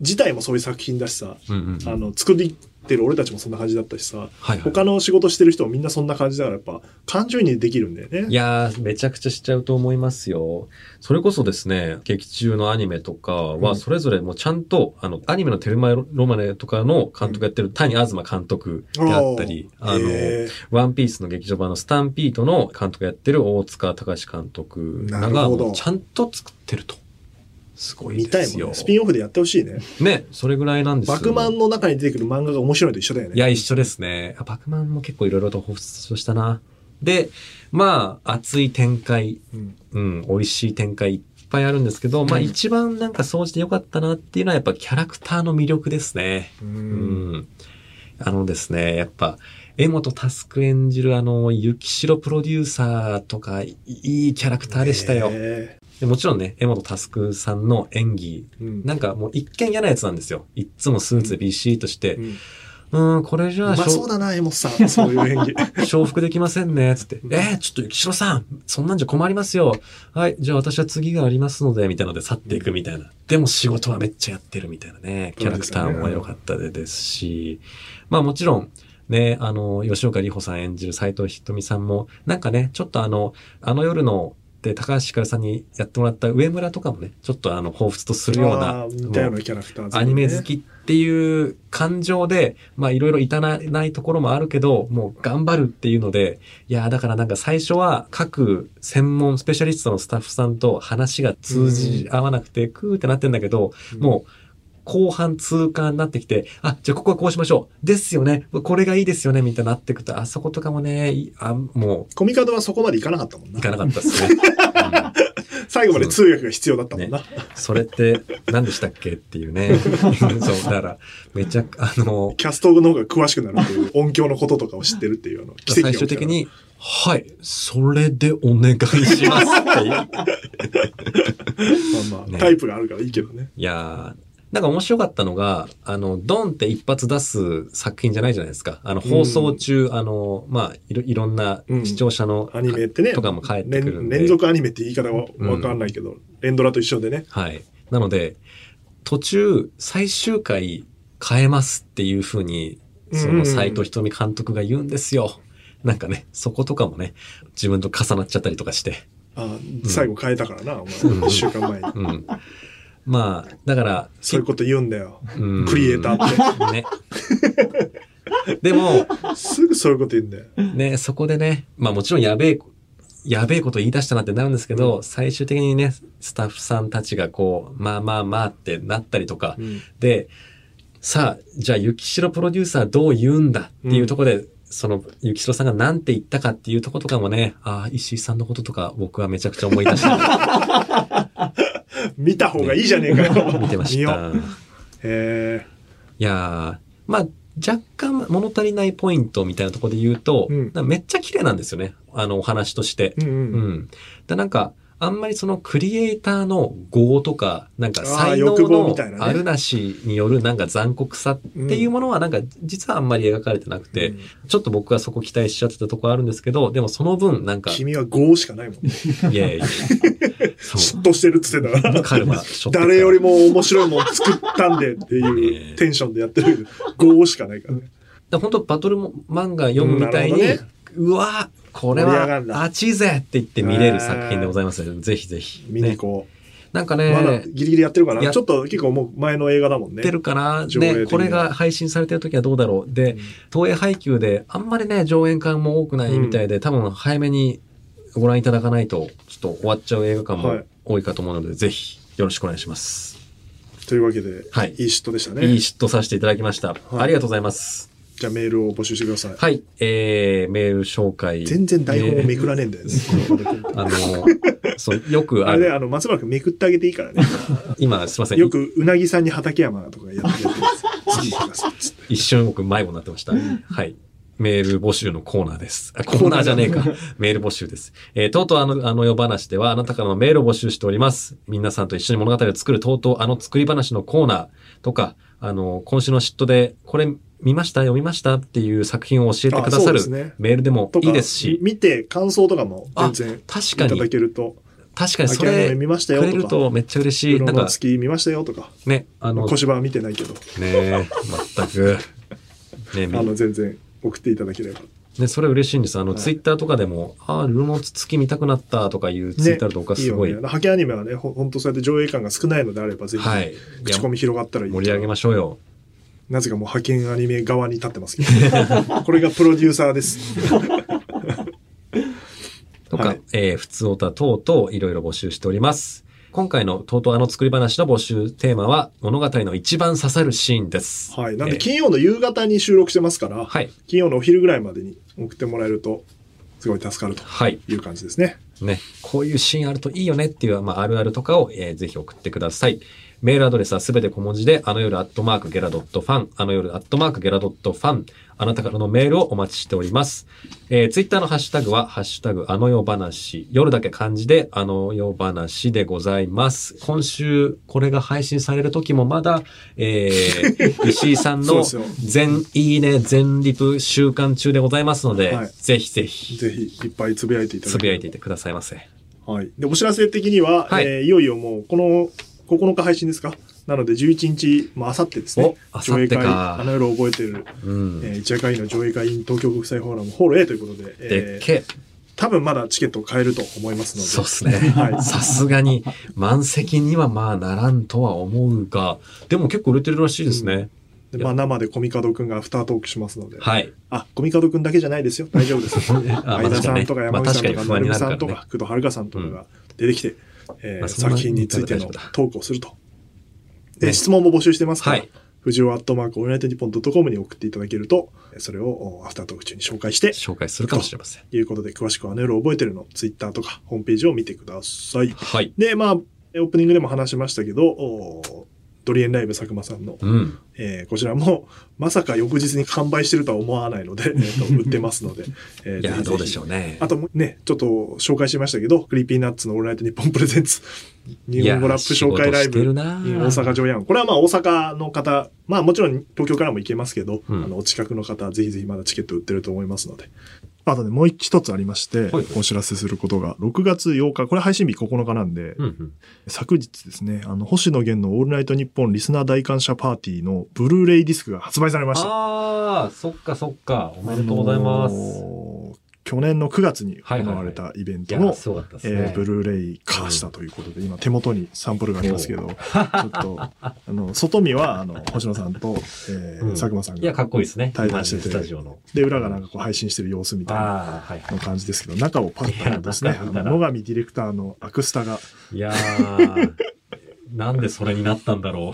自体もそういう作品だしさ、うんうんうん。あの作りってる俺たちもそんな感じだったしさはいはい。他の仕事してる人もみんなそんな感じだからやっぱ感情移入できるんだよねいやー、めちゃくちゃしちゃうと思いますよ。それこそですね、劇中のアニメとかうは、んそれぞれもうちゃんと、あの、アニメのテルマエロマネとかの監督やってる谷東監督であったり、ああの、ワンピースの劇場版のスタンピードの監督やってる大塚隆史監督なるがほどもうちゃんと作ってると。すごい見でたいすもんよね。スピンオフでやってほしいねね、それぐらいなんですバクマンの中に出てくる漫画が面白いのと一緒だよねいや、一緒ですね。あバクマンも結構いろいろと放出したな。で、まあ、熱い展開、うんうん、美味しい展開いっぱいあるんですけど、まあうん一番なんか総じて良かったなっていうのはやっぱキャラクターの魅力ですね。ううんん。あのですね、やっぱ、江本佑演じるあの、雪城プロデューサーとか、いいいキャラクターでしたよ。ねでもちろんね、江本佑さんの演技、うんなんかもう一見嫌なやつなんですよ。いっつもスーツでビシッとして、うんうん、これじゃまあ、あしょそうだな、エモスさん。そういう演技。 承服できませんね、つって。えー、ちょっと、雪代さん、そんなんじゃ困りますよ。はい、じゃあ私は次がありますので、みたいなので去っていくみたいな。でも仕事はめっちゃやってるみたいなね、キャラクターも良かったですし、まあもちろん、ね、あの、吉岡里帆さん演じる斎藤ひとみさんも、なんかね、ちょっとあの、あの夜の、で、高橋ひかるさんにやってもらった上村とかもね、ちょっとあの、彷彿とするようなあ、ー似たようもうなキャラクター、アニメ好。きっていう感情で、まあいろいろ至らないところもあるけど、もう頑張るっていうので、いやーだからなんか最初は各専門スペシャリストのスタッフさんと話が通じ合わなくて、クーってなってんだけど、もう、後半通過になってきて、あ、じゃあここはこうしましょう。ですよね。これがいいですよね。みたいになってくと、あそことかもね、いあ、もう。コミカドはそこまでいかなかったもんう、な行。かなかった ですね。うん最後まで通訳が必要だったもんな。それって何でしたっけっていうね。 そう、だから、めちゃく、あの、キャストの方が詳しくなるって いう音響のこととかを知ってるっていうあの奇跡が最起きた終的に、はい、それでお願いしますっ ていう。まあまあ、ねタイプがあるからいいけどね。いやー、なんか面白かったのが、あの、ドンって一発出す作品じゃないじゃないですか。あの、放送中、あの、まあいろ、いろんなうん視聴者の、アニメってねとかも返ってくるん連で。連続アニメって言い方はわかんないけど、連ドラと一緒でね。はい。なので、途中、最終回変えますっていうふうに、そうんうのん斎藤瞳監督が言うんですよ。なんかね、そことかもね、自分と重なっちゃったりとかして。あ最後変えたからな、お前。うん1週間前に。うん。まあ、だから、そういうこと言うんだよ。うんクリエイターね。でも、すぐそういうこと言うんだよ。ね、そこでね、まあもちろんやべえ、やべえこと言い出したなってなるんですけど、最終的にね、スタッフさんたちがこう、まあまあまあってなったりとか、うんで、さあ、じゃあ、雪城プロデューサーどう言うんだっていうところで、その、雪城さんが何て言ったかっていうところとかもね、ああ、石井さんのこととか僕はめちゃくちゃ思い 出して、見た方がいいじゃねえかよ。見てまし見よたう。。へえ。いやー、まあ、若干物足りないポイントみたいなところで言うと、うんなんかめっちゃ綺麗なんですよね。あの、お話として。うんううん。ん。で、なんか、あんまりそのクリエイターの業とか、なんか才能あー欲望みのたいなねあるなしによるなんか残酷さっていうものはなんか実はあんまり描かれてなくて、うんちょっと僕はそこ期待しちゃってたとこあるんですけど、でもその分なんか、君は5しかないもんね。いやいやそ嫉妬 してるって言ってたかう。ら。カルマ、しょって誰よりも面白いもん作ったんでっていええうテンションでやってるけど、5しかないからね。だ本当バトルも漫画読むみたいに、うんなるほうわこれ盛り上がはる、なあっちいぜって言って見れる作品でございますので、ぜひぜひ。見にね行、こなんかう。ね、まだギリギリやってるかやっな。ちょっと結構もう前の映画だもんね。ってるから、上映的ね、にこれが配信されてる時はどうだろう。で、東映配給であんまりね、上演感も多くないみたいで、多分早めにご覧いただかないと、ちょっと終わっちゃう映画館はもい多いかと思うので、ぜひよろしくお願いします。というわけで、はいいい嫉妬でしたいいね。嫉妬させていただきました。ありがとうございます。じゃあメールを募集してください。はい、えー、メール紹介。全然台本をめえーくらねえんだよね。あの、 そう、よくあ あれね、る。あの、松村君めくってあげていいからね。今、すいません。よくうなぎさんに畠山とかや ってるやつ。次行きます。つって一瞬僕迷子になってました。はい。メール募集のコーナーです。あ、コーナーじゃねえか。メール募集です。えーとうとうあの、あの世話ではあなたからのメールを募集しております。皆さんと一緒に物語を作るとうとうあの作り話のコーナーとか、あの、今週の嫉妬でこれ見ました読みましたっていう作品を教えてくだあさそうるですねメールでもとかいいですし、見て感想とかも全然確かいただに、けると、確かにそ秋葉れ原見ましたくよれるとか、とめっちゃ嬉しい。黒なんのか月見ましたよとか、ね、あの、ね小芝は見てないけど、え、全く。ね、あの、全然送っていただければ。ね、それ嬉しいんです。あの、はいツイッターとかでも、ああ、ルノツ月見たくなったとかいうツイッターとかいいすごい。よね。ハケアニメはね、ほほんとそうやって上映感が少ないのであれば、ぜひ、はい。いや口コミ広がったらいい。盛り上げましょうよ。なぜかもう派遣アニメ側に立ってますけ ど。これがプロデューサーです。とか、はいえー、普通歌等々いろいろ募集しております。今回のとうとうあの作り話の募集テーマは、物語の一番刺さるシーンです。はい。なんえでー金曜の夕方に収録してますから、はい。金曜のお昼ぐらいまでに送ってもらえると、すごい助かるとはい。いう感じですね。ね。こういうシーンあるといいよねっていう、まあ、あるあるとかを、えーぜひ送ってください。メールアドレスはすべて小文字で、あの夜アットマークゲラドットファン、あの夜アットマークゲラドットファン、あなたからのメールをお待ちしております。えー、ツイッターのハッシュタグは、ハッシュタグ、あの夜話、夜だけ漢字で、あの夜話でございます。今週、これが配信される時もまだ、え ー、石井さんそうのですよ全いいね、全リプ週間中でございますので、はいぜひぜひ、ぜひ、いっぱいつぶやいていただつきぶやいていてくださいませ。はい。で、お知らせ的には、はいいえーいよいよもう、この9日配信ですかなので、11日、まあ、あさってですね。お上明後映日会、かあの夜覚えてる、うん。えー、一夜会の上映会 in 東京国際フォーラムホール A ということで、でえっー、けえ。多分まだチケット買えると思いますので、そうっすね。 はいさすがに、満席にはまあならんとは思うが、でも結構売れてるらしいですね。でまあ、生でコミカドくんがアフタートークしますので、はい。あ、コミカドくんだけじゃないですよ。大丈夫です。 あまあ相田さんとか確に山口ねまあ確さかんにとか成美不安になるさからんとねか。工藤遥さんとかが出てきて、えーまあそんな作品についての大丈夫だトークをすると。ねで、質問も募集してますかはら、い。藤尾アットマークオールナイトニッポンドットコムに送っていただけると、それをおアフタートーク中に紹介して、紹介するかもしれません。ということで、詳しくはあの夜覚えてるの、ツイッターとかホームページを見てください。はい。で、まあ、オープニングでも話しましたけど、おドリエンライブ佐久間さんの、うん。えーこちらも、まさか翌日に完売してるとは思わないので、えーと売ってますので、えーいや、どうでしょう。うね。あともね、ちょっと紹介しましたけど、クリーピーナッツのオールナイトニッポンプレゼンツ、日本語ラップ紹介ライブいや仕事してるな in 大阪城ヤン。これはまあ大阪の方、まあもちろん東京からも行けますけど、うんあの、お近くの方、ぜひぜひまだチケット売ってると思いますので。あとね、もう一つありまして、はいお知らせすることが、6月8日、これ配信日9日なんで、うんうん。昨日ですね、あの、星野源のオールナイトニッポンリスナー大感謝パーティーのブルーレイディスクが発売されました。ああ、そっかそっか。おめでとうございます。あのー去年の9月に行われたイベンいトやの、すごかったですね。えーブルーレイ化したということで、今手元にサンプルがありますけど、ちょっ と、あの、外見は、あの、星野さんと、えーうん佐久間さんいや、かが、っこいいですね。対談しててスタジオの。で、裏がなんかこう配信してる様子みたいな。ああ、はいはの感じですけど、中をパッと見るとですね、いやあ中の見たら野上ディレクターのアクスタが、い。い やー、なんでそれになったんだろ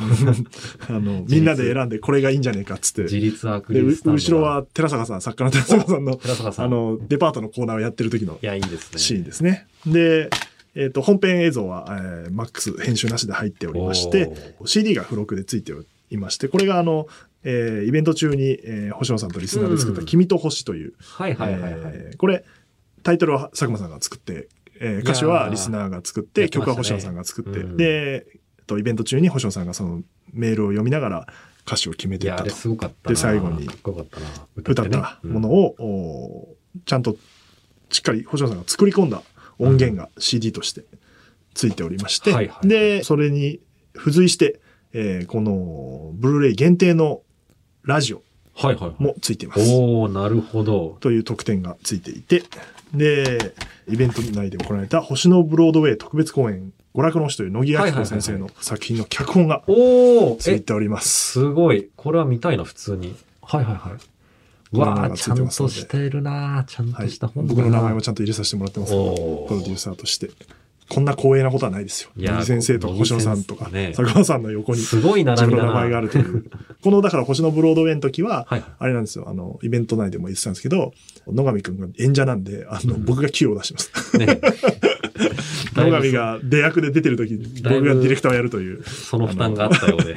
あの、立みんなで選んでこれがいいんじゃねえかっつっう。て、自立アクで、リルうスタンド。後ろ、は寺坂さん、作家の寺坂さんの、寺坂さん。あの、デパートのコーナーをやってる時のいや、いいですね。シーンですね。で、えっ、と、本編映像は、えー、マックス編集なしで入っておりまして、CD が付録で付いていまして、これがあの、えーイベント中に、えー星野さんとリスナーで作ったうん君と星という、おーはいはいはいはい。えーこれ、タイトルは佐久間さんが作って、えー歌詞いやはーリスナーが作っやて、ってま曲しは星たね野さんが作って、うんで、えっとイベント中に星野さんがそのメールを読みながら歌詞を決めいていっや、あたれと。すごかったな。で最後にかっこよかったな。歌ってねたものを、おーちゃんとしっかり星野さんが作り込んだ音源が CD としてついておりまして、はいはいでそれに付随して、えーこのブルーレイ限定のラジオうんはいはいはい。もついています。おおなるほど。という特典がついていて、で、イベント内で行われた星のブロードウェイ特別公演、娯楽の星という野木明子先生の作品の脚本がおおついえ、ております。すごい。これは見たいな、普通に。はいはいはい。うこんなわのあがついちてゃますんのでとしてるなーちゃんはといした、本だな僕の名前もちゃんと入れさせてもらってますのでおープロデューサーとして。こんな光栄なことはないですよ。いやー乃木先生とか星野さんとか、乃木先生ね佐久間さんの横にすごい自並分びだの名な。前があると いう。この、だから星野ブロードウェイの時は、はいはい。あれなんですよ。あの、イベント内でも言ってたんですけど、野上くんが演者なんで、あの、僕が Q を出し ます。 ね野上が出役で出てる時に、だい僕ぶがディレクターをやるという、その負担があったようで。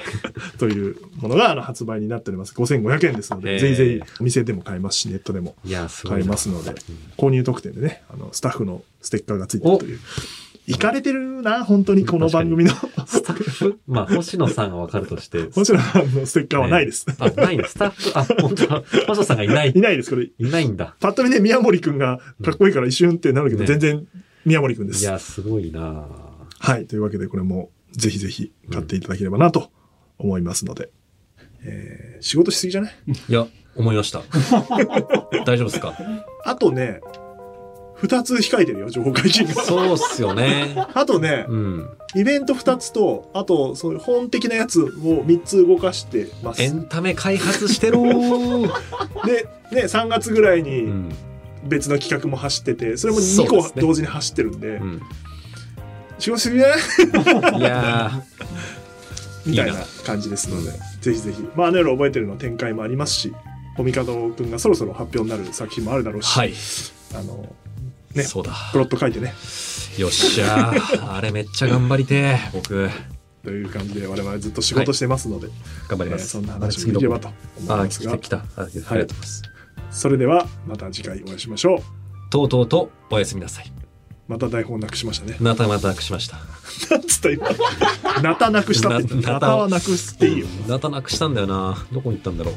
というものが、あの、発売になっております。5500円ですのへーで、ぜひぜひ、お店でも買えますし、ネットでもいや、すごいな。買えますのでん、購入特典でね、あの、スタッフのステッカーがついてるという。いかれてるな、本当にこの番組の。スタッフ、まあ、星野さんがわかるとして。もちろん、あの、ステッカーはないです。あ、ないのスタッフ、あ、本当だ星野さんがいない。いないです、これ。いないんだ。パッと見ね、宮森くんがかっこいいから一瞬ってなるけど、ね全然宮森くんでいす。や、すごいなはい。というわけで、これもぜひぜひ買っていただければなと思いますので。えー仕事しすぎじゃないいや、思いました。 大丈夫ですかあとね、二つ控えてるよ、情報解禁が。そうっすよね。あとね、うん。イベント二つと、あと、そういう本的なやつを三つ動かしてます。エで、ね、ンタメ開発してろー。 3月ぐらいうにん。別の企画も走ってて、それもそうで2す個ね同時に走ってるんで、うん。仕事しすぎじゃないいやーみたいないいな感じですので、ぜひぜひ、まあ、あの夜覚えてるの展開もありますし、コミカドくんがそろそろ発表になる作品もあるだろうし、はい。あの、ねそうだ。プロット書いてね、よっしゃー。あれめっちゃ頑張りてー僕。という感じで我々ずっと仕事してますので、頑張りえーます。そんな話をできればと思いあ、ます来がてきた。あありがとうございます。それではまた次回お会いしましょうとうとうとおやすみなさい。また台本なくしましたねなたまたなくしました。なんつった今 なたなくしたって言ったななたはなくすっていいよなたなくしたんだよな。どこに行ったんだろう。